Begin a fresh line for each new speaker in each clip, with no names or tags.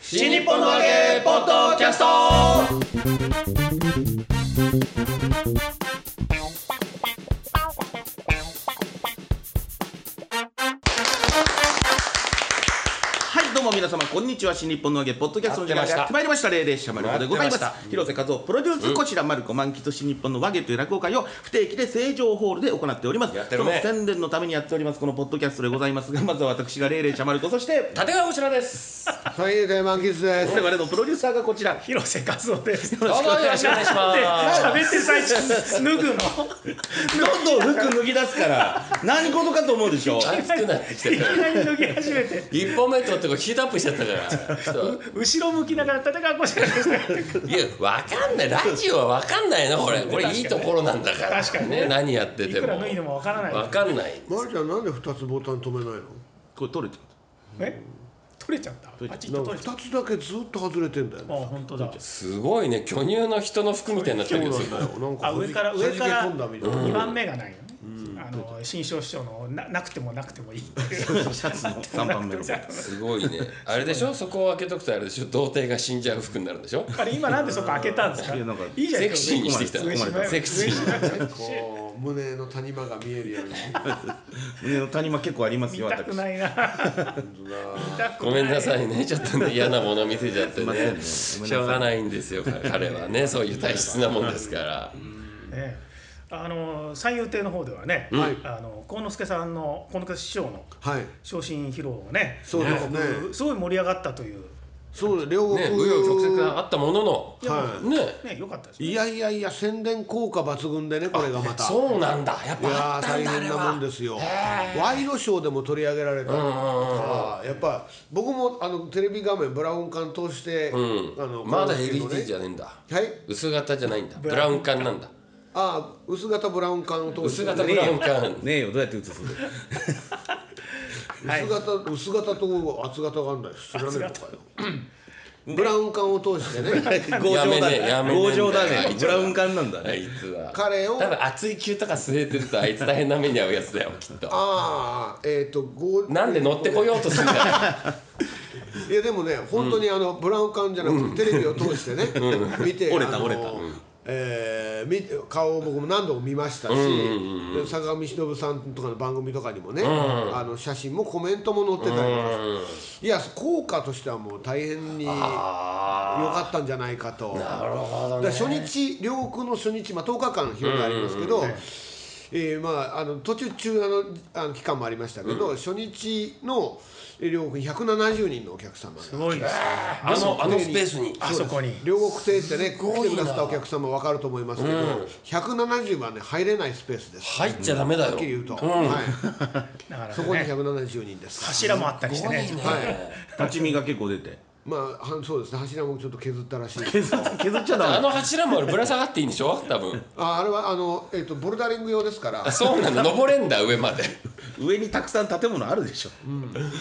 新日本の揚げポッドキャストはいどうも皆様こんにちは新日本の揚げポッドキャストの時間がやってまいりました霊霊者丸子でございました
やってました
広瀬和夫プロデュース、こちら丸子満喫新日本の和芸という落語会を不定期で成城ホールで行っております
やってるね
その宣伝のためにやっておりますこのポッドキャストでございますがまずは私が霊霊者丸子そして
立川こちらです。
はい、大満喫です。
我々のプロデューサーがこちら
広瀬和夫です。
どうもよろしくお願いします。
喋ってる最中脱ぐの。
どんどん服脱ぎ出すから何事かと思うでしょ
暑くなってきて
いきなり脱ぎ始めて。
一本目取ってこうヒートアップしちゃったから。ちょっ
後ろ向きながら戦うこちらです。
といやわかんないラジオはわかんないなこれこれいいところなんだから。
確かにね
ね何やって
い
て
く
も
ら脱いでもわからない。
わかんない。
まるちゃん、なんで二つボタン止めないの。
これ取れて
え？取れちゃった。パチッと
なん
取れちゃっ
か二つだけずっと外れてんだよ
た。あ
ね。
本当だ。
すごいね巨乳の人の服みたいになってるけど
そう。なんだよ。なんか
あ上から
はじ
上から
はじけ込んだみたいな。
二番目がないよね。あの新章師匠のななくてもなくてもいいっていう。
シャツの3番目の
すごいね。あれでしょそこを開けとくとあれでしょ童貞が死んじゃう服になるんでしょ。
あれ今なんでそこ開けたんですか。
い
い
やなんか
いじゃな
セ
い
ク
です
シー。
か
にしてきた。
上島
セクシー。
こう、胸の谷間が見えるように。
胸の谷間結構ありますよ
見たく
私
ないな。痛く
ごめんなさいね、ちょっとね、嫌なもの見せちゃって
すいませんね
ね、しょうがないんですよ、彼はね、そういう体質なもんですから。
ねあの三遊亭の方ではね、
はい
あの幸之助さんの幸之助師匠の
はい。
昇進披露をね
そうですね。
すごい盛り上がったという
そうです、両国。
ね、紆余曲折があったもの
は
の、ね、
ね良かったですね
い。いやいやいや、宣伝効果抜群でね、これがまた。い
そうなんだ、やっぱあ
やー、
ったん
大
だ、あ
変
れ
なもんで
は。
すよ。ワイドショーでも取り上げられた。あーやっぱ、僕も、あの、テレビ画面ブラウン管通して。
うん
あの、
まだ
こういうのね
LED じゃねえんだ、
はい。
薄型じゃないんだ、ブラウン管なんだ、
ああ薄型ブラウン管を通して
薄型ブラウン管。
ねえよどうやって映すんだよ
薄型薄型と厚型があるんだよ知らねえのかよブラウン管を通して ね
強
や
情
め
だ
ねえや
ね
めねえ
強情だね
や
ブラウン管なんだ
あ
ね
いつは。
彼を
多分熱い球とか据えてると、あいつ大変な目に遭うやつだよ、きっと。
ああえっ、とご
なんで乗ってこようとするんだよ。
いやでもね本当にあの、ブラウン管じゃなくてテレビを通してね、見て
折れた
あの
折れた
えー見顔を僕も何度も見ましたし、で坂上忍さんとかの番組とかにもね、あの写真もコメントも載ってたりとかいや効果としてはもう大変に良かったんじゃないかとなるほど、初日両国の初日、まあ、10日間広がありますけど、えーまあ、あの途中中あのあの期間もありましたけど、初日のえー両国170人のお客様が
すごいですね。
あの、あのスペースに。
あそこに。
両国亭ってね来てくださったお客様分かると思いますけど、170はね入れないスペースです
入っちゃダメだよ。
はっきり言うと、
ん
はい、
だから
そこに
ね
170人です、
柱もあったりしてね。
はい
立ち見が結構出て
まあはそうですね柱もちょっと削ったらしい
削っ削っちゃ
あ
ダメ
の柱もあれぶら下がっていいんでしょ多分
ああれはあの、えっとボルダリング用ですから
あそうなんだ登れんだ上まで
上にたくさん建物あるでしょ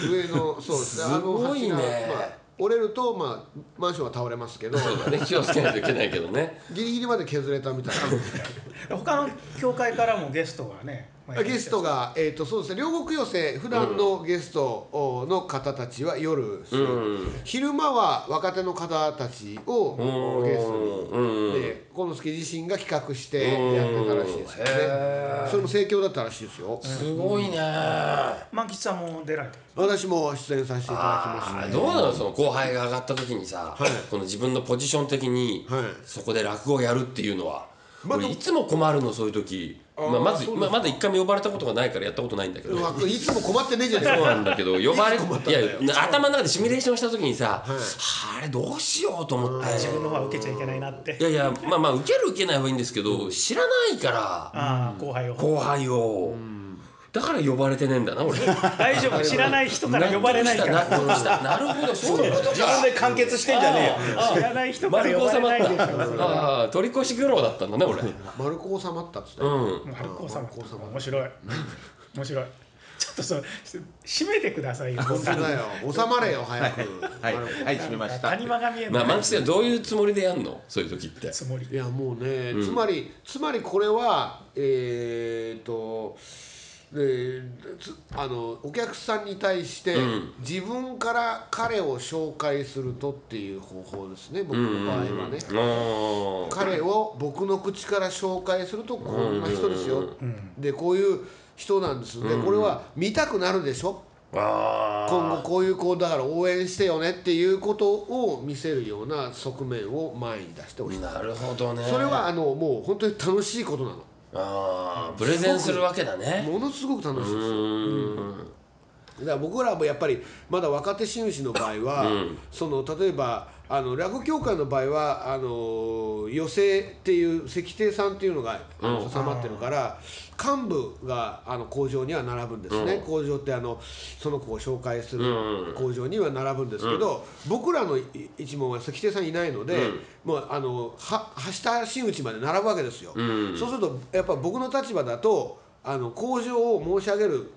上のそうですねあの
すごいね
柱、まあ、折れると、まあ、マンションは倒れますけど
そうだ ね気をつけないといけないけどね
ギリギリまで削れたみたい
他の教会からもゲストがね。
なゲストが、えっとそうですね両国寄席普段のゲストの方たちは夜、
うん
昼間は若手の方たちをゲス
う
ト
ん
にでこのすけ自身が企画してやってたらしいですよねそれも盛況だったらしいですよ
すごいね
満喫さんも出られた。
私も出演させていただきま
あ
し
どうなのその後輩が上がった時にさ、この自分のポジション的に
はい
そこで落語をやるっていうのは、
まあ
俺いつも困るのそういう時まあ、まずまあまだ一回も呼ばれたことがないからやったことないんだけど、
たうわいつも困ってねえじゃねえ
そう
か
なんだけど呼 ばれいや頭の中でシミュレーションした時にさ、
い
あれどうしようと思って
自分の方は受けちゃいけないなって
い。やいやまあまあ受ける受けないはいいんですけど知らないから
ああ後輩を。
後輩をだから呼ばれてねえんだな俺
大丈夫知らない人から呼ばれないか
納
ら。
得したなるほどそういうこと
自分で完結してんじゃねえよ
知らない人から
丸
呼
く収ま
ば
っ
れないで
た
しょ。
ああ取り越し苦労だったんだね俺
丸く収まったっつって
うん
丸子様面白い。面白い。ちょっとそう締めてくださいよ。
本当だよ収まれよ早く
はい
丸
はい閉めました
谷間が見え
ま
な
あ
い
満喫はどういうつもりでやんのそういう時って
つもり
子。いやもうねつまりつまりこれはえっとでつあのお客さんに対して、
うん
自分から彼を紹介するとっていう方法ですね僕の場合はね、
うん
彼を僕の口から紹介するとこんな人ですよ、でこういう人なんですで、これは見たくなるでしょ
あ
今後こういう子だから応援してよねっていうことを見せるような側面を前に出してほしい
ーなるほどね
それはあのもう本当に楽しいことな
あープレゼンするわけだ
の
ね
ものすごく楽しいうです
ーん
だから僕らもやっぱりまだ若手紳士の場合は、その例えばあの落語協会の場合はあの寄席っていう石亭さんっていうのがあの挟まってるから、幹部があの工場には並ぶんですね、工場ってあのその子を紹介する工場には並ぶんですけど、僕らのい一門は石亭さんいないので、もうあのは橋田真打まで並ぶわけですよ、そうするとやっぱ僕の立場だとあの工場を申し上げる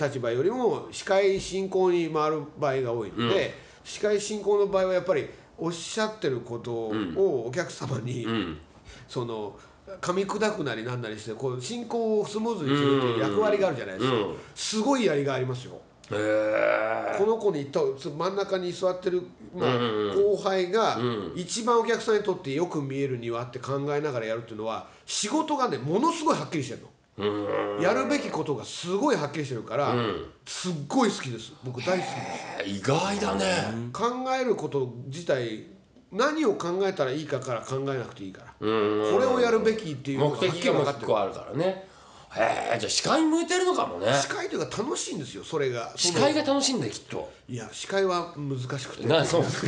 立場よりも司会進行に回る場合が多いので、司会進行の場合はやっぱりおっしゃってることをお客様に、その噛み砕くなりなんなりしてこう進行をスムーズにするという役割があるじゃないですか、すごいやりがいありますよ。
へえ
この子にとつ真ん中に座ってる、まあ後輩が一番お客さんにとってよく見えるにはって考えながらやるっていうのは仕事がねものすごいはっきりしてるのやるべきことがすごいはっきりしてるから、すっごい好きです僕大好きです
意外だね
考えること自体何を考えたらいいかから考えなくていいから、
うん
これをやるべきっていうの
目
がはっき
的
り
がも
分
う
かって
一
る
個あるからねへえじゃあ司会に向いてるのかもね
司会というか楽しいんですよそれが
司
その
会が楽しいんだよきっと
いや司会は難しくて
な そう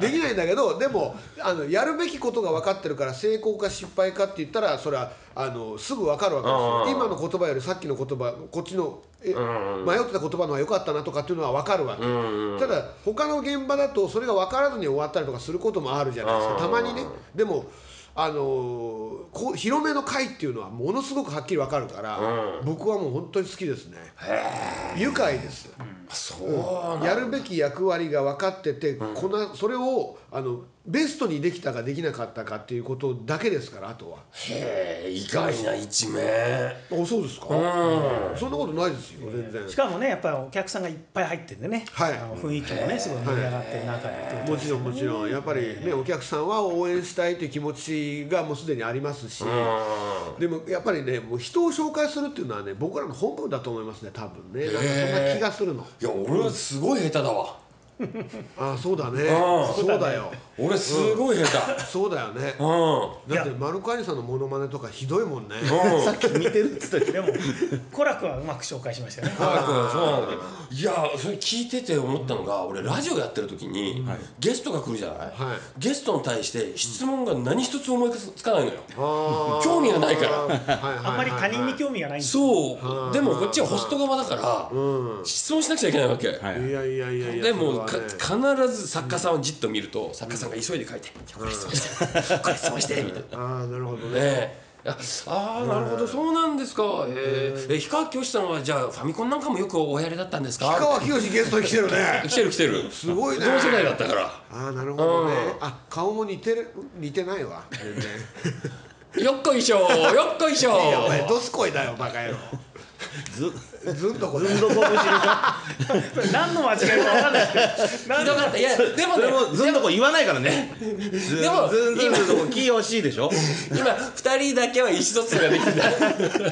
できないんだけどでもあのやるべきことが分かってるから成功か失敗かって言ったらそれはあのすぐ分かるわけですよ今の言葉よりさっきの言葉こっちのえ迷ってた言葉の方が良かったなとかっていうのは分かるわけただ他の現場だとそれが分からずに終わったりとかすることもあるじゃないですかたまにねでもあのーこう広めの会っていうのはものすごくはっきり分かるから、僕はもう本当に好きですね愉快です、
そう
やるべき役割が分かってて、こなそれをあのベストにできたかできなかったかっていうことだけですからあとは
へえ意外な一面
あそうですか、そんなことないですよ全然、
しかもねやっぱりお客さんがいっぱい入ってんでね、
はい
あの雰囲気もねすごい盛り上がって中にいて
もちろんもちろんやっぱりねお客さんは応援したいという気持ちがもうすでにありますし、でもやっぱりねもう人を紹介するっていうのはね僕らの本分だと思いますね多分ねなんかそんな気がするの、
いや俺はすごい下手だわ
ああそうだね
う
そうだよ
俺すごい下
そうだよね
手うん
だってマルカリさんのモノマネとかひどいもんね
うん
さっき似てるっつったけど
でもコラクはうまく紹介しましたよね
早くそうなんだけどいやそれ聞いてて思ったのが俺ラジオやってる時に、ゲストが来るじゃない、
はい
ゲストに対して質問が何一つ思いつかないのよ
あー
興味がないから
はいはいはいはい
あんまり他人に興味がないんで
そうでもこっちはホスト側だから、質問しなくちゃいけないわけ、
はい
いやいやいやいや
でも、
そ
か
れはね
必ず作家さんをじっと見ると作家さんが急いで書いて「これ質問してこれ質問して」みたいな。
ああなるほど
ね
ね
えああーなるほどそうなんですかへええ氷川きよしさんはじゃあファミコンなんかもよくおやりだったんです
氷
か
川きよしゲストに来てるね
来てる来てるす
ごいね
同世代だったから
ああなるほどねあ顔も似てる似てないわ全然
よっこいしょよっこいしょ
いやお前ドスコイだよバカ野
ず
郎ずんとこれ
ずんどこ節でし
す何の間違いか分かんないですけど
ひ
何
ど
の
かったい やでも
ょそ
ね
れもずんどこ言わないからねず
でも
ずんずんずんどこきよしでしょ
今2人だけは意思疎通がで きて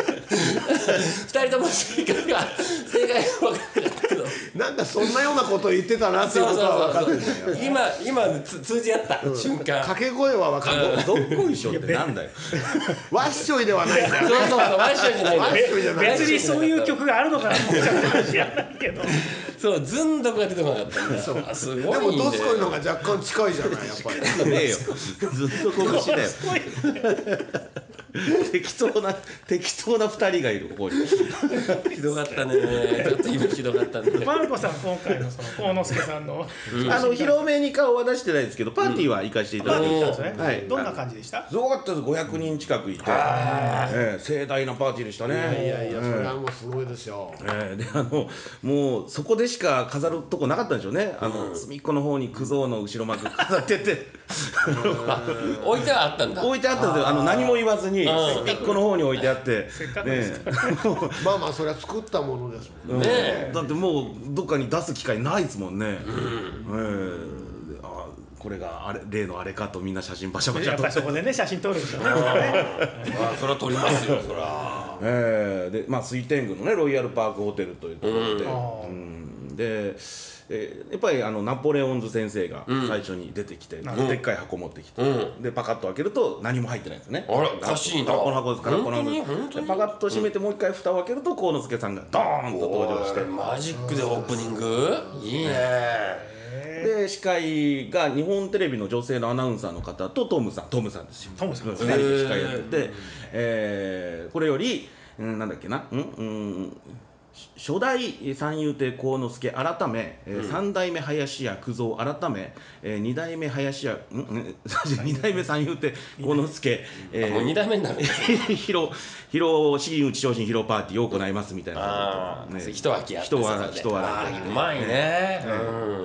た2人とも正解が正解が分からなかったけど
なんかそんなようなこと言ってたなっていう
そ
こ
う
とは分か
そ
っ
う
て
そ
る
うそう今今つ通じ合った瞬間
掛け声は分かる
どっこいしょってなんだよ
わっしょいではないんだ
そう
よ
そうそうワッションじゃないの
ワッショイじゃない
別にそういう曲があるのかなと思っちゃった知らないけど
そうずんどこが出てこなかったんだそうすごいん
で
だよ
もドスコイの方が若干近いじゃないやっぱり
ねえよずんどこ節だよ
すごい
適当な適当な二人がいるここに
ひどかったねちょっと今ひどかったんで
マルコさん今回のその幸之助さんの
あの広めに顔は出してないですけどパーティーは行かせていた
パ
だ
ー
い
ティー
て
行ったんですね、
はい
どんな感じでした
すごかったです500人近くいて、ええ盛大なパーティーでしたね
いやいやそれはもうすごいですよ
えーであのもうそこでしか飾るとこなかったんでしょうねあの、隅っこの方にクゾーの後ろ幕飾ってて
置いてはあったんだ
置いてあったんですよあの何も言わずにに端っこの方に置いてあって
せっかくで
ね
す
えもう
まあまあそれは作ったものですもんね
ねえ
だってもうどっかに出す機会ないですもんね、ええあこれがあれ例のあれかとみんな写真バシャバシ
や
ャ
っ
と
ぱりそこでね写真撮るんですよね
まあそれは取りますよそら
えーでまあ、水天宮のねロイヤルパークホテルというところで、
う
うんで、えーやっぱりあのナポレオンズ先生が最初に出てきて、でっかい箱持ってきて、
うん
でパカッと開けると何も入ってないんですよね
あらおかしいな
空っぽの箱ですから
本当
空
に
っぽの箱
本当に
でパカッと閉めてもう一回蓋を開けると幸之助さんがドーンと登場して
おいマジックでオープニングいいね
で司会が日本テレビの女性のアナウンサーの方とトムさんトムさんですよ
トムさん
2人で司会やってて、えーこれより、うん、なんだっけなん、うん、し初代三遊亭幸之助改め、えー三代目林家九三改め、えー、二代目林家んん 二代目三遊亭幸之助、え
もう2
ー
代目になるんですよ
広広真打ち昇進広パーティーを行いますみたいな
あ
ね
あ一脇やって
一
そ
笑
こ
い
で
一
あ
笑
ーうまいねう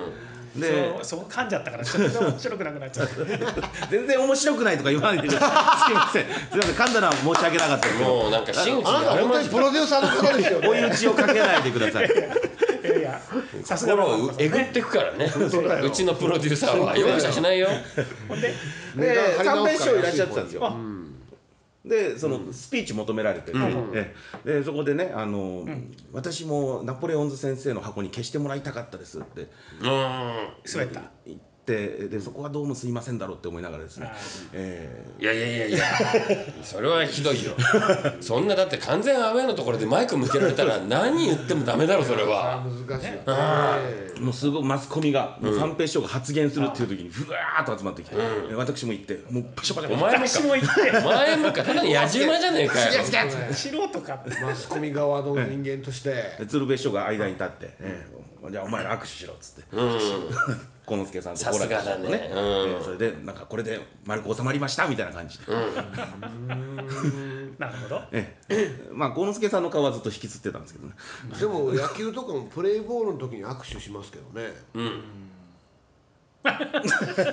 ん
いで
そうそこ噛んじゃったからちょっと面白くなくなっちゃった
全然面白くないとか言わないでください。すみません。すみません。噛んだのは申し訳なかったですけ ど。
もうなんか真打ち
あなた
ある
本
ま
当
じ
に
き
プロデューサーの方ですよ
追い
ね
打ちをかけないでください。
いやいやさすが
心
ロマン
を
さん
え
で
ぐ
すね
ってくからねうちのプロデューサーは容赦しないよ
ほんで
で
値段張
三平
り直
師
す
匠
から
いらっしゃってたんですよ
う。
でそのスピーチ求められてて、ええでそこでねあの、私もナポレオンズ先生の箱に消してもらいたかったですって
うん
滑った
言ってでそこはどうもすいませんだろうって思いながらですね
あ、
ええ
いやいやいやいやそれはひどいよそんなだって完全アウェーのところでマイク向けられたら何言ってもダメだろそれは
難しいよね
もうすごいマスコミが、もう三平師匠が発言するっていう時にふわーっと集まってきて、え私も行ってもうパシャパシャ
お前も
私も
か
行って
前もかただの野じ馬じゃねえかよ
素人かって
マスコミ側の人間として
で鶴瓶師匠が間に立って、ええじゃあお前ら握手しろっつって
うん
幸之助さんと
さすがだね
好楽師匠と
うん
ええそれでなんかこれで丸く収まりましたみたいな感じで、
なるほど
ええまあ幸之助さんの顔はずっと引きずってたんですけどね
でも野球とかもプレイボールの時に握手しますけどね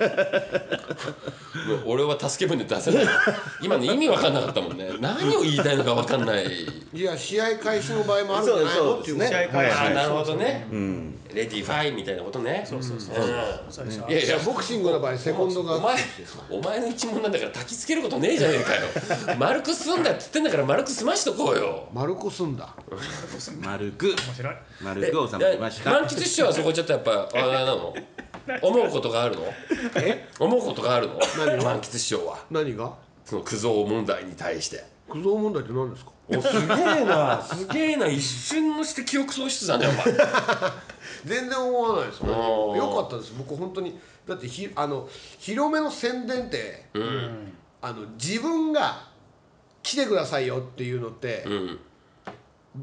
もう俺は助け舟出せない今の意味わかんなかったもんね何を言いたいのかわかんない
いや試合開始の場合もあるんじゃないのっていう
そうそうですね
試合開
はい
あ
始
は
あ
い
なるほどね
うん
レディーファイみたいなことねそうそうそう
そうでしょ
いやいや
ボクシングの場合セコンドが
お前お前の一問なんだから焚きつけることねえじゃねえか よ丸くすんだって言ってんだから丸く済ましとこうよ
丸くすんだ
丸く
面白い
丸
え
く収まりまし
満
た
喫師匠はそこちょっとやっぱあれなの思うことがあるの
え
思うことがあるの
何を
満喫師匠は
何が
その苦情問題に対して
駆動問題って何ですか
おすげえなすげえな一瞬のして記憶喪失だねお前
全然思わないですよ
あー
よかったです僕本当にだってひあの広めの宣伝って、あの自分が来てくださいよっていうのって、
ん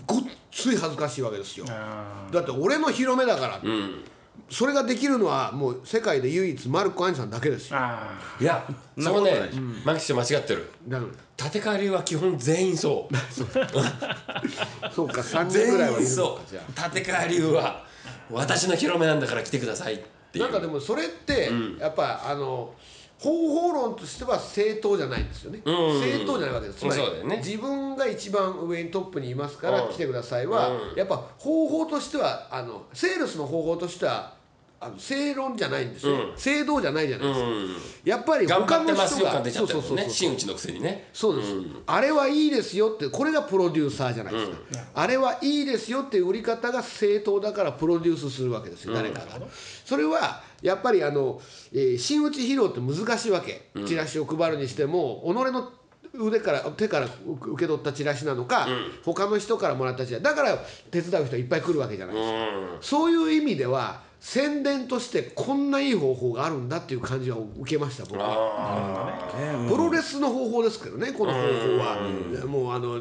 ごっつい恥ずかしいわけですよ
あ
だって俺の広めだから、
ん
それができるのはもう世界で唯一マルコ・アインさんだけです
ー
よ
あ
いやそこ
そんな
ね
こと
満喫師匠間違ってる
だか
立川流は基本全員そう
らそうか3人ぐ
全
らいはい
員
るの
そ
か
う
じゃあ
立川流は私の広めなんだから来てくださいっていう
なんかでもそれって、やっぱあの方法論としては正当じゃないんですよね、
んうんうん
正当じゃないわけですつまり
そうだよね
自分が一番上にトップにいますから
うん
来てくださいは、
う
やっぱ方法としてはあのセールスの方法としてはあの正論じゃないんですよ、
うん
正道じゃないじゃないですか、
うん
やっぱり
頑張
他
って
の
ます
人
よ感
が
出ちゃ
そう
った
そ
よ
うそう
ね
そう
真打ちのくせにね
そうです、あれはいいですよってこれがプロデューサーじゃないですか、あれはいいですよっていう売り方が正当だからプロデュースするわけですよ、誰かがそれはやっぱりあの、えー真打ち披露って難しいわけ、チラシを配るにしても己の腕から手から受受け取ったチラシなのか、他の人からもらったチラシだから手伝う人いっぱい来るわけじゃないですか、
うん
そういう意味では宣伝としてこんないい方法があるんだっていう感じは受けました僕は。プロレスの方法ですけどね、この方法は、もうあの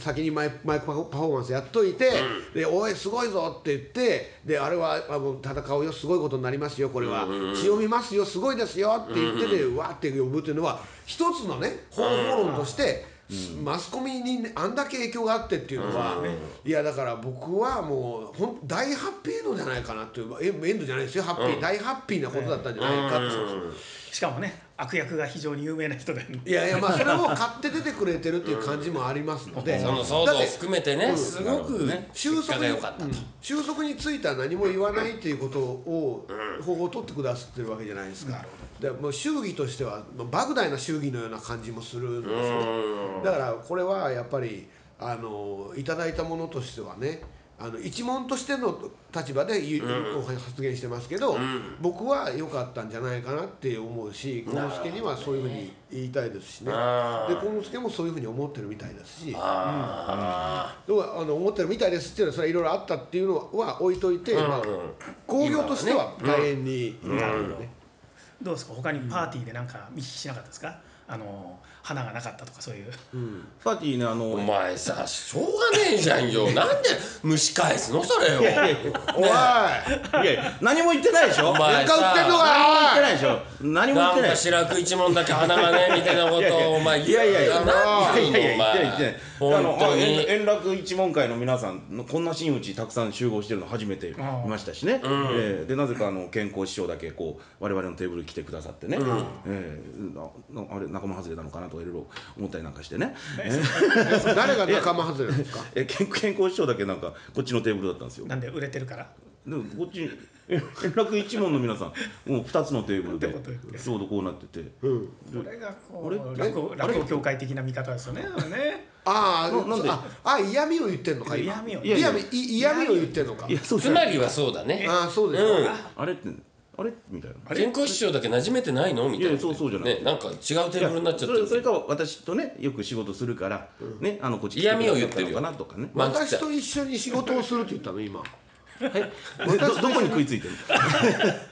先にマイマイクパフォーマンスやっといて、でおい、すごいぞって言って、であれはあもう戦うよ、すごいことになりますよ、これは、血を見ますよ、すごいですよって言ってで、わーって呼ぶっていうのは、一つのね、方法論として、マスコミにねあんだけ影響があってっていうのは、いや、だから僕はもう、ほん大ハッピーエンドじゃないかなっていう、エンエンドじゃないですよ、ハッピー、大ハッピーなことだったんじゃないかって。
ーしかもね悪役が非常に有名な人だよね
いやいやまあそれも買って出てくれてるっていう感じもありますので、
その想
だ
像
っ
を
て
含めてね、すごく
収
結果
束
が
に
良かったと、
収束については何も言わないっていうことを方法を取ってくださってるわけじゃないですか、でもう祝儀としてはまあ莫大な祝儀のような感じもするんですよねだからこれはやっぱりあのいただいたものとしてはねあの一問としての立場で言う発言してますけど、僕は良かったんじゃないかなって思うし幸之助にはそういうふうに言いたいですしねで
あ
幸之助もそういうふうに思ってるみたいですし。
あ
要はあの思ってるみたいですっていうのはそれはいろいろあったっていうのは置いといて、まあ
うん
興行としては大変に、ね
どうですか他にパーティーでなんか見聞きしなかったですか、あの花がなかったとかそういう
パーティーねあの
お前さしょうがねえじゃんよなんで蒸し返すのそれを
おい
いやいや何も言ってないでしょ
お前
喧嘩売ってんの
さ
何も言って
か
ないでしょ何も言っ
な
て
ん
ない
か白く一問だけ鼻がねみたいなことをお前
いやいやいや
何
い
言うの
やいや
お
いやいやいや
前
あのま
本当
あ円
に
円楽一門会の皆さんのこんな真打ちたくさん集合してるの初めて見ましたしね、えーでなぜかあの健康師匠だけこう我々のテーブルに来てくださってね、えーななあれ仲間外れなのかなとかいろいろ思ったりなんかしてね、えー
誰が仲間外れなんですか
え健健康師匠だけなんかこっちのテーブルだったんですよ
なんで売れてるから
でもこっち円楽一門の皆さんもう2つのテーブルで
ってこと言って
ちょうどこうなってて。
うん、
これがこ
あ
う
れ
落語
あれ
落語協会的な見方ですよねだからね
ああ
ななんで
ああ嫌味を言ってんのか
嫌
今
味を
いやいや
嫌味い嫌味を言ってんのか
いやそうじ
つ
ゃな
ま
い
りはそうだね
ああそうですか、
うん
あれってあれみたいな
健康師匠だけ馴染めてないのみたいない
やそうそうじゃない
ねなんか違うテーブルになっちゃっ
そ
て
れそれ
る
か私とねよく仕事するから、ねあのこっち
嫌味を言ってる
来く
よ
ださったのかなとかね、
満喫
私と一緒に仕事をするって言ったの今
はい、どどこに食いついてる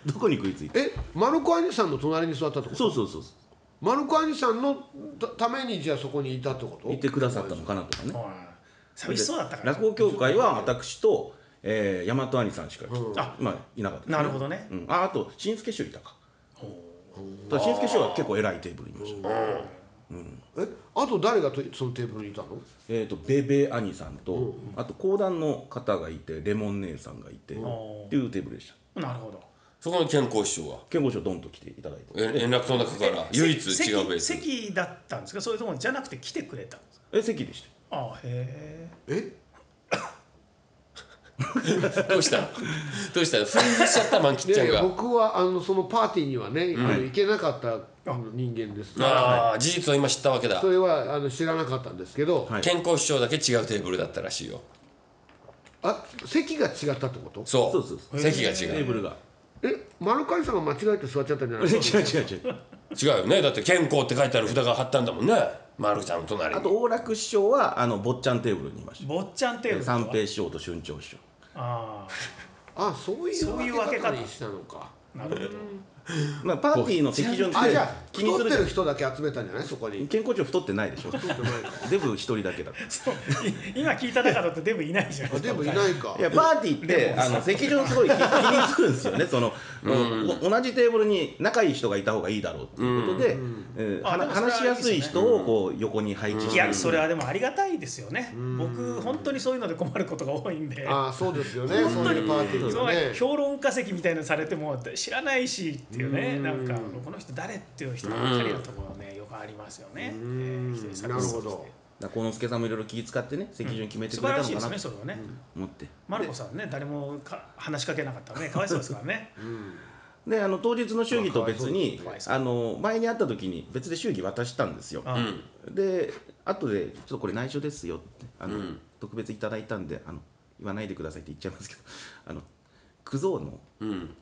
どこに食いついてる
えマルコ・アニさんの隣に座ったってこと
そうそうそうそ
マルコ・アニさんのたためにじゃあそこにいたってこと
ういてくださったのかなとかね
寂しそうだったから
落語協会は私と、えー、大和兄さんしか、あまあいなかった、
なるほどね、
うん、ああと新助師匠いたかただ新助師匠は結構偉いテーブルにいました
えあと誰がとそのテーブルにいたの
えー、とベベ兄さんと、あと講談の方がいてレモン姉さんがいて、っていうテーブルでした
なるほど
そこの健康師匠は
健康師匠ドンと来ていただいて
え円楽との中から唯一
席
違うベース
席だったんですかそれともじゃなくて来てくれたんですか
え席でした
ああへ
え
どうしたのどうしたのフリーズしちゃったマンキ
い
ッち
や
ゃ
い
ん
や
が
僕はあのそのパーティーにはね、あの行けなかったあの人間です、
ああ事実を今知ったわけだ
それはあの知らなかったんですけど、
はい
健康師匠だけ違うテーブルだったらしいよ
あ席が違ったってこと
そ
そうそう
う席が違
テ
う
ーブル が
え丸川さんが間違えて座っちゃったんじゃな い
違う
ですか
違う違う
違うよねだって健康って書いてある札が貼ったんだもんね丸ちゃんの隣
あ
に
と王楽師匠はあの坊ちゃんテーブルにいまし
え坊ちゃんテーブ
た
ル
三平師匠と春長師匠
あ
あそうい
そういうう
分
分
け
け
方
方
にしたのか
あなるほど
まあパーティーの席順って
あじゃあ
気にす
太
る
って
じゃ
る
ん
人だけ集めたんじゃないそこに
健康師匠太ってないでしょ
太ってないか
デブ一人だけだから
そうい 今聞いた中だとデブいないじゃん
あでもいないか
いやパーティーってあの席順すごい気気にするんですよねその、お同じテーブルに仲いい人がいた方がいいだろうっていうことで、えーは
あでもそれはいい
話しやすい人をこう横に配置して
いやそれはでもありがたいですよね僕本当にそういうので困ることが多いんで
あそうですよねそういうパーティー
そ
には
の
ね
評論家席みたいなのされても知らないしっていうねなんかこの人誰っていう人ばっかりのところねよくありますよねえー一人寂
なる
しそ
ほ
うです
ど
ね
だから幸之助さんもいろいろ気遣ってね席順決めて
素
くれ
晴
た
ら
の
しいで
か
す
な
ね
と
それはね
思って。
マルコさんね誰もか話しかけなかったねかわいそうですからね
であの当日の祝儀と別に
まあかわいそう
あの前に会った時に別で祝儀渡したんですよ
あ
で後で「ちょっとこれ内緒ですよ」ってあの、特別いただいたんであの言わないでくださいって言っちゃいますけど あの九蔵の
うん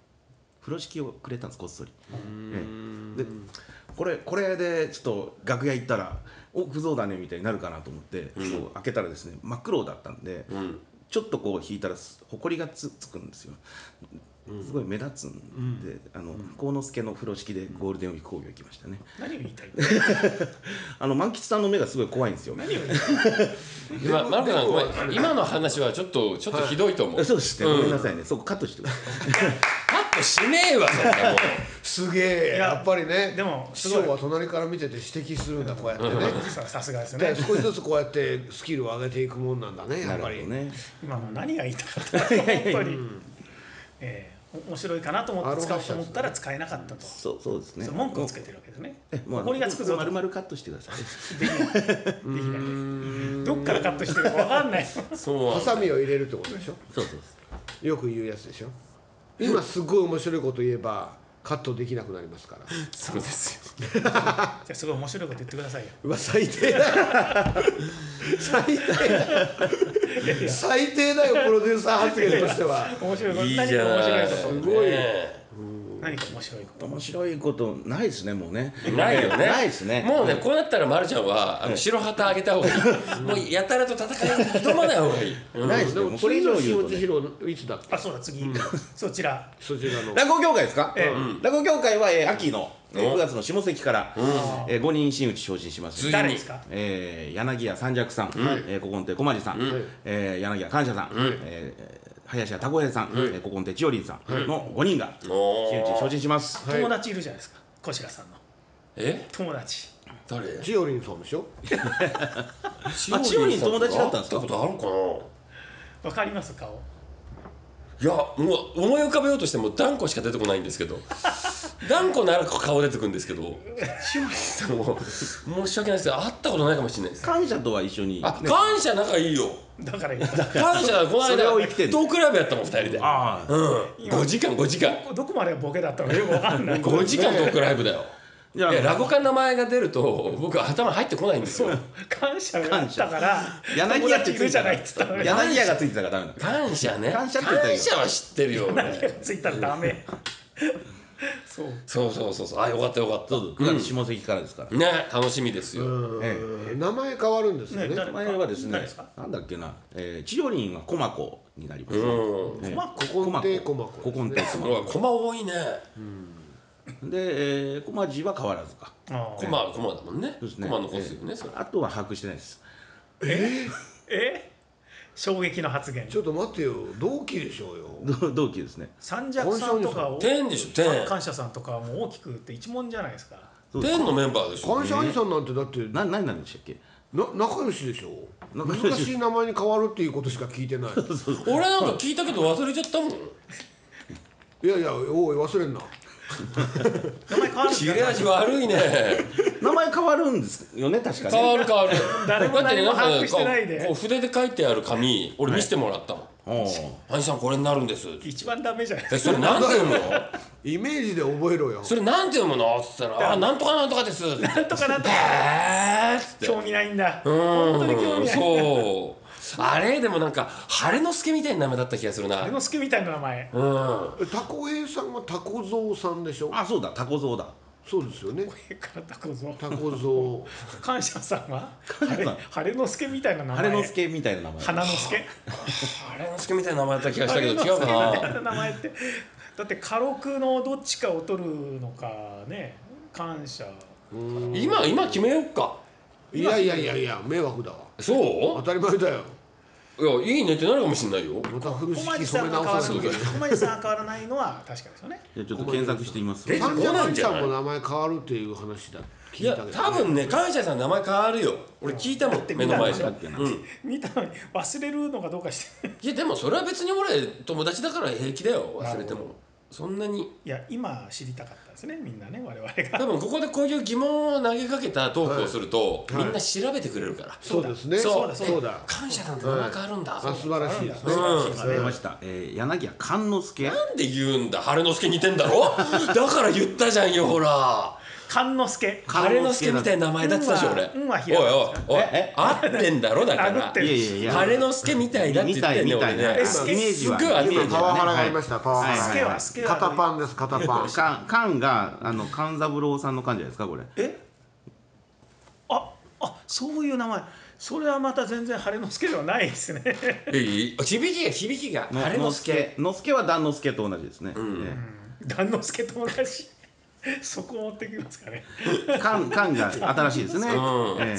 風呂敷をくれたんですこっそり、ええでこれこれでちょっと楽屋行ったら「お九蔵だね」みたいになるかなと思って、こう開けたらですね真っ黒だったんで、
ん
ちょっとこう引いたらすほこりがつつくんですよすごい目立つんで、あの幸之助の風呂敷でゴールデンウィーク興行行きましたね
何を言いたい
あの満吉さんの目がすごい怖いんですよ
何を言いたい
今丸子さんごめん
でも
今の話はちょっとちょっとひどいと思う、
そうですね、ごめんなさいねそこカットしてください
カットしねえわそんなもん
すげえ
いや
やっぱりね
でもす
師
ごい
匠は隣から見てて指摘するんだこうやってね
ささすが です
で
ね
少しずつこうやってスキルを上げていくもんなんだねやっぱり
ね
今の何が言いたかったのか本当にええお面白いかなと思って使おうと思った
アロハシャツ
ら使えなかったと、
そうそうですね
そう文句をつけてるわけですね
えもう
誇りがつくぞと
丸々カットしてください
できないどっからカットしてるかわかんない
そう
ハサミを入れるってことでしょ
そうそう
よく言うやつでしょ今すごい面白いこと言えばカットできなくなりますから
そうですよ
じゃあすごい面白いこと言ってくださいよ
うわ最低だ 最低最低だよプロデューサー発言としては
面白いこと
いいじゃ
何か
ない
面白いこ
すごい
ね
と何か面白いこと
面白いことないですねもうね
ないよね。
ないですね
もうね、こうなったら、まるちゃんは、あの白旗あげた方がい い。もう、やたらと戦いに挑まない方がいい。うん
ないですね
でも
もうこ
これ
れ以
以
上
上
言
言
うと、ね、
いつだっけ
あそうだ次、そちら
そちらの
落語協会ですか、
ええ
うん落語協会は、えー秋の、えー
お
9月の下関から、
あー
えー、5人真打ち昇進します
ついに
誰ですか
えー柳家三尺さん、えー古今亭小町さん、
ん
えー柳家感謝さん、えー林家たこ平さん、えー古今亭千代林さんの5人が
お
真打ちに
ー
昇進します。
はい
友達いるじゃないですか小白さんの
え、
友達
誰。
ジオリンさんでしょ
チ
あチオリン友達だったんですか
ってことあるかな。
わかります顔
いやもう思い浮かべようとしても断固しか出てこないんで すけど断固なら顔出てくるんですけど塩見さんも申し訳ないですけど会ったことないかもしれないです
感謝とは一緒に、
あ感謝仲いいよ
だから言った
感謝この
それ
間
を生きてんの
トークライブやったもん2人で
あ
う
あ、
ん5時間5時間
どこまでがボケだったのかよくわかんない
5時間トークライブだよ
じゃあ
いや落語家の名前が出ると僕頭入ってこないんですよ
感謝があったから
柳家って
友達い
つ
る
い
じ
て
ゃ
た
ないって言ったの
ら
に
柳家がついてたからダメなの。
感謝ね
感謝って言ったよ
感謝は知ってる よ俺
ついたらダメそう
そうそうそうそうあよかったよかった
そう9月下関からですから。
ね楽しみですよ、
うん名前変わるんですよね
ね誰
前はですね
誰ですか、
なんだっけな、えー、千代林は駒子になります。
うん
ええ
駒子
古今亭駒子
古今亭
す
駒
ごい駒多いね
子。で、えー、駒爺は変わらずか。
あー
駒は駒だもんね
そうですね
駒残すよね、
ええ
それ
あとは把握してないです。
え衝撃の発言
ちょっと待ってよ同期でしょうよ
同同期ですね。
三尺さんとかを
天でしょ天
感謝さんとかはもう大きく言って一問じゃないですか
そうです
天のメンバーでしょ
感謝兄さんなんてだってな
な何なんでしたっけ？
仲良しでしょ
仲良し
難しい名前に変わるっていうことしか聞いてない
俺なんか聞いたけど忘れちゃったもん
いやいやおい忘れんな
名前変わるんです
切
か
れ味悪いね
名前変わるんですよね確か
変わ
ね。
る変わる
誰も
だってね
何
なん
も
か
把握してないで
こうこう筆で書いてある紙俺見せてもらったもん
おう
「兄さんこれになるんです」
一番ダメじゃない
え それなんて読むの
イメージで覚えろよ
それなんて読むの?」っつったら「あなんとかなんとかです」って
なんとかなんとか
えーっつって
興味ないんだ
う
本当に興
ん
味ない
そうあれでもなんか晴れの助みたいな名前だった気がするな
あれの好きみたいな名前
うん
タコヘイさんはタコゾウさんでしょ
あそうだタコ像だ。
そうですよね
からたこぞ
タコゾ
感謝さんは
謝さん
晴れの助みたいな名前
晴れ之助みたいな名前。
花之助
あれの助みたいな名前だった気がしたけど
晴
違う
之 助
か
みたい
な
な名前ってだって家禄のどっちかを取るのかね感謝
今今決めよっか
ウいやいやいやいや迷惑だわ当
そ
たり前だよ
ういやいいねってなるかもしれないよ
また古
小
式
町さ
染
ん
め
が変
直
わらない小
さないといけない
町さんが変わらないのは確かですよね
じゃあちょっと検索してみます。
で
三
こう
者
な
兄
んじゃ
さ
ない
んも名前変わるっていう話だ
い
聞い
や
たけど、ね、
多分ね感謝さん名前変わるよ俺聞いたもん目の前で、
だ
う、
っけなん
見たのに忘れるのかどうかして
いやでもそれは別に俺友達だから平気だよ忘れてもそんなに
いや今知りたかったですねみんなね我々
多
が
分ここでこういう疑問を投げかけたトークをすると、
はい
みんな調べてくれるから
そうですね
そう
そうそうだ
感謝さんって名前変わるんだ、
あ素晴らしいですね
うん
出ました。えー、柳家勘之助。
なんで言うんだ晴之助似てんだろだから言ったじゃんよほら
勘之助
晴
勘
之
之助
助
だ
みたいな名前だってたでしょ俺
うん
お
はひ
い
らがな
おいおい
ええ
合ってんだろだか
殴
ら
っ
晴
てる
いやいやいや。
之助みたいだって言ってんね
みた
俺
いみたいな。
ね
えす
イメージは。
すっごいあ
イメー
今
ジ
パワハラがあり
はね
ました、パワハラ
はい
助は助は
肩パンです肩パン
はい。カンカンがあの勘三郎さんの勘じゃないですかこれ。
えああそういう名前それはまた全然晴れ之助ではないですね
いいいい響きが響きが
の
晴之助。
のすけは段之助と同じですね。
段之助と同じそこを持ってきますかね
えー勘勘が新しいですね。
うん
え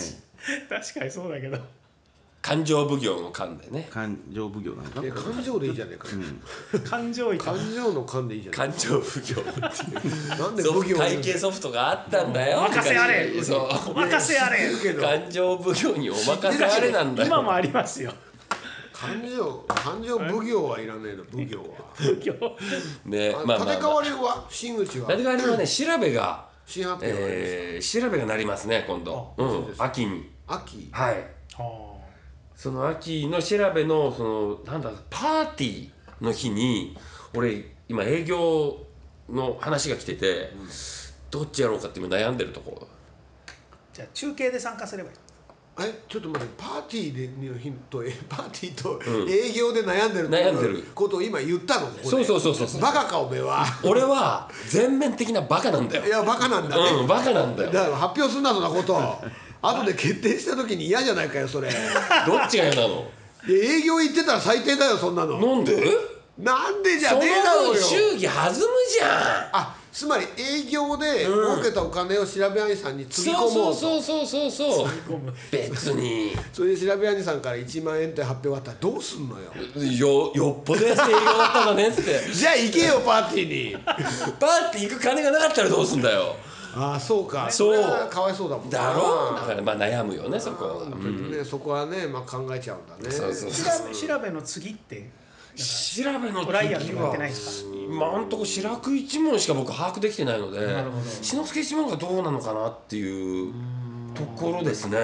確かにそうだけど
勘定奉行の勘でね
ー勘定奉行なのか
え。感情でいいじゃねえか、
感情移管
感情の感でいいじゃね
勘定奉行って
えかなん
い
で
うそ
武
う
器を
会計ソフトがあったんだよ
任せあれ
昔そう
任せあれ
言うけど
勘定奉行にお任せあれなんだよ
今もありますよ
勘定勘定奉行はいらねえの奉行は
今日
ね
あ
まあまあ、
立て替
まあ、
わりは新口は
立て替わりはね調べが、
新発表はあります
えー、調べがなりますね今度、う
そう
ん、
ですか
秋に
秋
はい
は
その秋の調べのそのなんだパーティーの日に俺今営業の話が来てて、どっちやろうかって今悩んでるとこ
あじゃあ中継で参加すればいい
えちょっと待ってパーティーでの日とえ パーティーと
うん
営業で悩んでるところ
悩んでる
ことを今言ったのここで
そうそうそうそうそう
バカかおめ えは
俺は全面的なバカなんだよ
いやバカなんだね、
うんバカなんだよ
だから発表すんなそんなこと後で決定した時に嫌じゃないかよそれい
どっちが嫌なの
や営業行ってたら最低だよそんなの
なんで
なんでじゃ
その
ねえだろう
分
よ
祝儀弾むじゃん
あつまり営業で
うん
儲けたお金を調べ兄さんにつぎ込もうと
そうそうそうそうそうそう別に
それで調べ兄さんから1万円って発表があったらどうすんのよ
よよっぽど安い営業だったのねっつって
じゃあ行けよパーティーに
パーティー行く金がなかったらどうすんだよ
ああそうか
そう
れはかわいそうだもんな
だろうだからまあ悩むよねそこは、
うんね、そこはね、まあ、考えちゃうんだね
そうそうそう
調べ調べの次って
調べの
トライアル
時
になってない
は
ですか
今んとこ白く一問しか僕把握できてないので
なるほど
篠介一門がどうなのかなっていうところですね、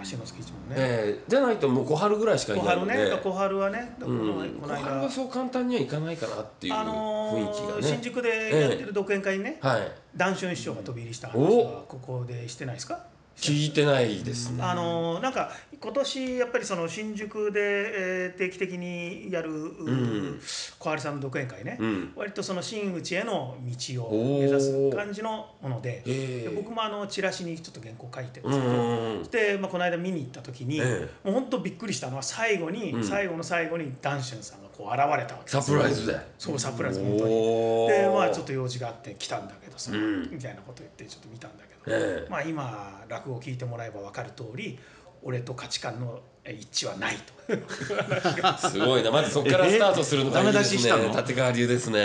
足のスケッチもね
えーじゃないともう小春ぐらいしかい
小
ないの
春
で
ね小春はねこの
うん
こ
小
の
春は
間
そう簡単にはいかないかなっていう
あの
雰囲
ー
気が
新
ね
宿でやってる独演会にね
はい
談春師匠が飛び入りした話
お
はここでしてないですか
聞いてないですね
あのーなんか今年やっぱりその新宿で、えー定期的にやる、う
うん
小春さんの独演会ね、
うん
割とその真打ちへの道を目指す感じのもので
おー
で僕もあのチラシにちょっと原稿書いてるん
う
です
ん
け
う
ど。
んうん
でまあ、この間見に行った時に、
え
もう本当びっくりしたのは最後に、
うん
最後の最後にダンシュンさんがこう現れたわけ
サ
です
プライズで
そうサプライズ本当に
おお
でまあちょっと用事があって来たんだけどさ、
うん
みたいなこと言ってちょっと見たんだけど、
ええ
まあ今落語聞いてもらえば分かる通り俺と価値観の一致はないと
すごいなまずそこからスタートするのがいい
えダメ出
で
し
す
したの
ね立川流ですね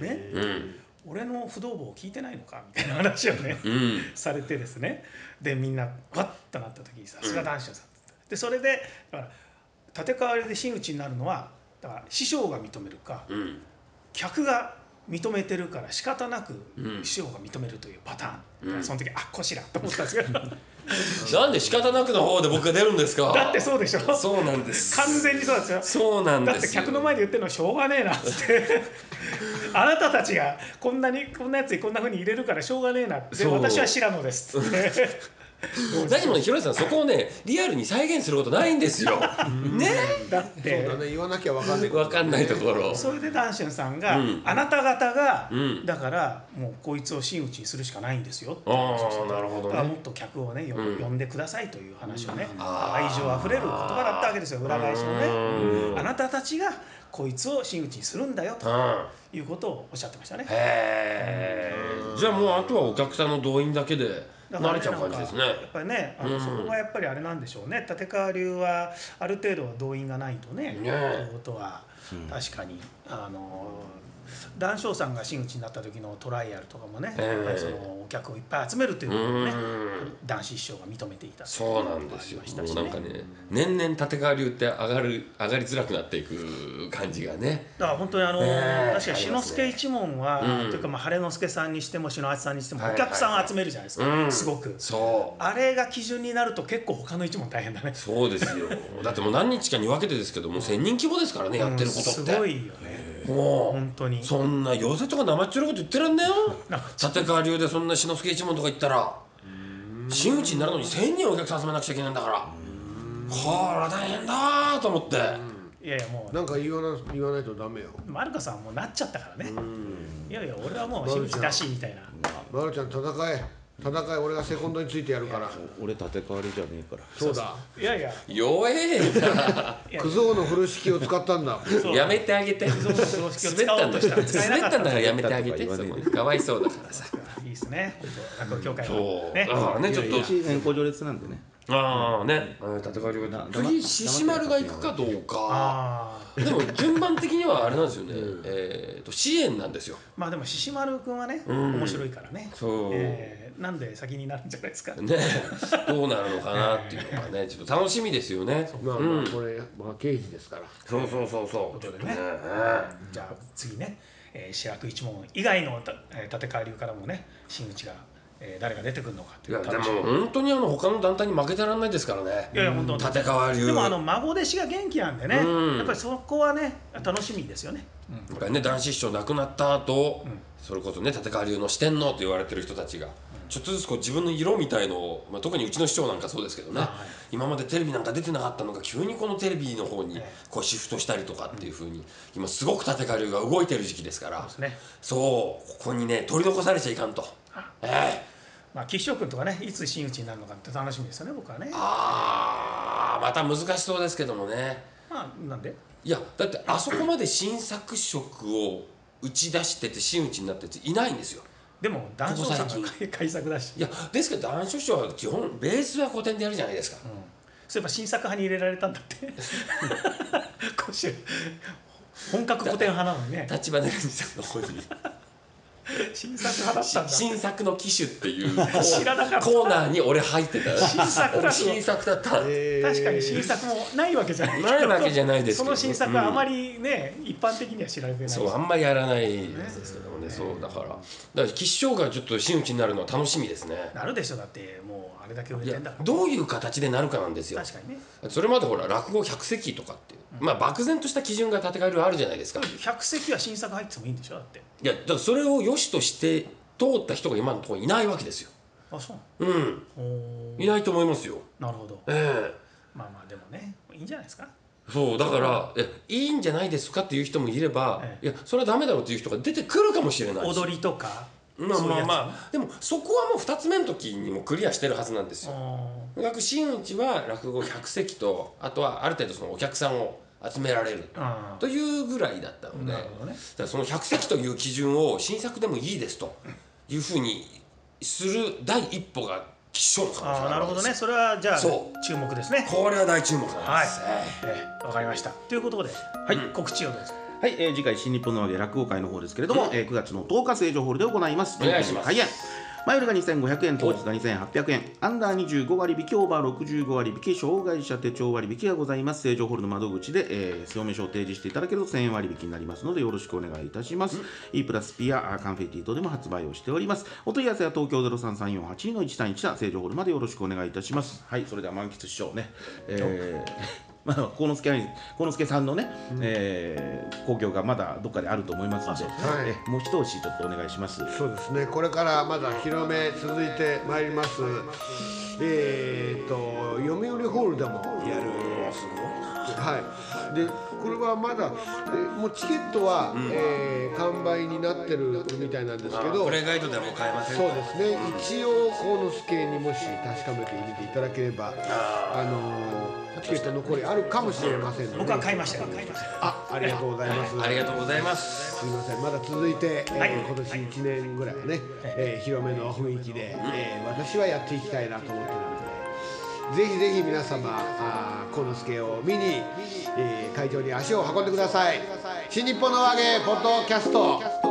ね
うん
俺の不動坊を聞いてないのかみたいな話を ね
うん
されてですねでみんなわっとなった時にさすが男子のさんでそれでだから立て替わりで真打ちになるのはだから師匠が認めるか
うん
客が認めてるから仕方なく
うん
師匠が認めるというパターン、だか
う
ら
ん
その時あこしらと思ったんですけど
なんで仕方なくの方で僕が出るんですか
だってそうでしょ
そうなんです
完全にそうですよ
そうなんで
だ
す
って客の前で言ってるのしょうがねえなっつって あなたたちがこんなにこんなやつにこんなふうに入れるからしょうがねえなって
そう
私は白野です っつって
だけどね広瀬さんそこをねリアルに再現することないんですよね
だって
そうだね言わなきゃ分かんない
わかんないところ
それでダンシュンさんが、
うん
あなた方が、
うん
だからもうこいつを真打ちにするしかないんですよって
あ
話をして
あなるほど
だからも
ね
っと客をねよ
うん
呼んでくださいという話をね、
あー
愛情あふれる言葉だったわけですよ裏返しの
う
ね
ん
あなたたちがこいつを真打ちにするんだよ
う
と
ん
いうことをおっしゃってましたね。
へえじゃあもうあとはお客さんの動員だけで
だから
慣
ね
れちゃう感じですね
なんかやっぱりね、あの
うん
そこがやっぱりあれなんでしょうね。立川流はある程度は動員がないとね。
ね
ということは確かに、あの談笑さんが真打ちになった時のトライアルとかもね、
ええ
やっぱりそのお客をいっぱい集めるという
う
ことをね、
ん
男子師匠が認めていたとい
そうなんですよ
ありました
もう
し
な
ね
んかね年々立川流って上がる上がりづらくなっていく感じがね
だから本当にあの、
ええ
確かに志の輔一門は、
うん
というかまあ晴の輔さんにしても篠八さんにしても
はい
お
はいはい
客さんを集めるじゃないですか、
うん
すごく
そう
あれが基準になると結構他の一門大変だね
そうですよ だってもう何日かに分けてですけどもう1,000人規模ですからねやってることって、
うんすごいよね
も
本当に
うそんな寄せとか生っちょろいこと言ってらんねよ立川流でそんな志の輔一門とか行ったら真打ちになるのに1,000人お客さん集めなくちゃいけないんだからこれは大変だーと思って
いやいやも
なんか言わな言わないとダメよ
うマルカさんはもうなっちゃったからねいやいや俺はもう真打ちだしみたいな
まるちゃん戦え戦え俺がセコンドについてやるから
俺立て替わりじゃねえから
そうだ
いやいや
弱えな
クゾーの風呂敷を使ったんだ
そう
やめてあげて
そう風呂敷を
滑っ
使お
た
うんと
だ
した
からら
使えな
滑
か
っ
った
たんだからやめてあげて
使えなかったとか言わねえで
そこかわいそうだからさ
いいですね落語協会
そう、
は
だ
ね
からねちょっと
一年功序列なんでね
ああね立川流
な
次獅子丸が行くかどうか
ああ
でも順番的にはあれなんですよね、えっと支援なんですよ
まあでも獅子丸君はね
うん
面白いからね、
そう、
えーなんで先になるんじゃないですか、
ね、どうなるのかなっていうのがね、ちょっと楽しみですよね。
まあ
う
ま
ん
あ、これ、まあ、刑事ですから。
そうそうそうそう。
ということで
ね
ねじゃあ次ね、えー、主役一門以外のた、えー、立川流からもね真打ちが、えー誰が出てくるのかと
い
い
や
う
で
楽しみ
も本当にあの他の団体に負けてらんないですからね。
いやいや本当
立川流。
でもあの孫弟子が元気なんでね、
うん
やっぱりそこはね楽しみですよね、
やっぱりね男子師匠亡くなった後、
うん
それこそね立川流の四天王と言われてる人たちがちょっとずつこう自分の色みたいのを、まあ、特にうちの師匠なんかそうですけどね、
あはい
今までテレビなんか出てなかったのが急にこのテレビの方に
ええ
こうシフトしたりとかっていうふうに今すごく立川流が動いてる時期ですから
そうですね
そうここにね取り残されちゃいかんと。ええ
まあ、岸匠君とかねいつ真打ちになるのかって楽しみですよね僕はね
あーまた難しそうですけどもね
まあなんで
いやだってあそこまで新作色を打ち出してて真打ちになってていないんですよ
でも談笑さん
ここ
が改作だし、
いやですけど男子師匠は基本ベースは古典でやるじゃないですか
うん、そういえば新作派に入れられたんだって 今週本格古典派なのにね
立花隆さんの方に
新作派だったんだ
新作の機種っていう
知らなかった
コーナーに俺入ってた
新作だ
俺
と
新作だった
えー
確かに新作もないわけじゃないけど
ないわけじゃないですけ
そ
ど
の新作はあまりね、一般的には知られてない
そうあんまりやらないですけどもねそうだからだから吉祥がちょっと真打ちになるのは楽しみですね
なるでしょだってもうあれだけ売
い
れて
や
んだから
どういう形でなるかなんですよ
確かにね
それまでほら落語100席とかっていう、まあ漠然とした基準が立て替えるあるじゃないですか、い
100席は新作入っててもいいんでしょだって
やだからそれを良しとして通った人が今のところいないわけですよ
あそ
う
う
ん
なのおー
いないと思いますよ
なるほど
え
まあまあでもねいいんじゃないですか
えそうだからえいいんじゃないですかっていう人もいれば、
え
いやそれはダメだろうっていう人が出てくるかもしれないし
踊りとか
まあ
そういう
ま
や
あ
つ
まあでもそこはもう2つ目の時にもクリアしてるはずなんですよ
お
とにかく真打ちは落語100席とあとはある程度そのお客さんを集められる
ーあ
というぐらいだった
ー
ので、
なるほどね
だからその100席という基準を新作でもいいですというふうにする第一歩が吉祥の可能性
あ
が
あ
あ
な
る
る
わ
ほ
け
ど
で
ね
す
それはじゃあ
そ
注目ですね
これは大注目なんです、
はい
え
ええわかりましたということではい告知をどうぞ
はい、えー次回新日本の揚げ落語会の方ですけれども、えー9月の10日成城ホールで行います。
お願いします
開演。前売りが2500円、当日が2800円、アンダー25割引き、オーバー65割引き、障害者手帳割引がございます。成城ホールの窓口で、えー、証明書を提示していただけると1000円割引になりますので、よろしくお願いいたします。E プラス P やあーカンフェティとでも発売をしております。お問い合わせは東京033482の131だ、成城ホールまでよろしくお願いいたします。はい、それでは満喫師匠ね。えー まあ、幸之助兄幸之助さんのね、えー、興行がまだどっかであると思いますので、
はい
えもう一押しちょっとお願いします。
そうですね。これからまだ広め続いてまいります。えー、と読売ホールでもやる。はい。でこれはまだえもうチケットは、えー完売になってるみたいなんですけ
え
ど。
プレイガイドでも買えません
そうですね。一応幸之助にもし確かめて入れていただければ、あのーチケット残りあるかもしれませんので。
僕は買いましたよ買いましたよ
あ、ありがとうございます。
ありがとうございます
すみませんまだ続いて、えー
はい
今年1年ぐらいはね、えー広めの雰囲気で、えー私はやっていきたいなと思ってるのでぜひぜひ皆様あー幸之助を見に、えー会場に足を運んでください新日本の揚げポッドキャスト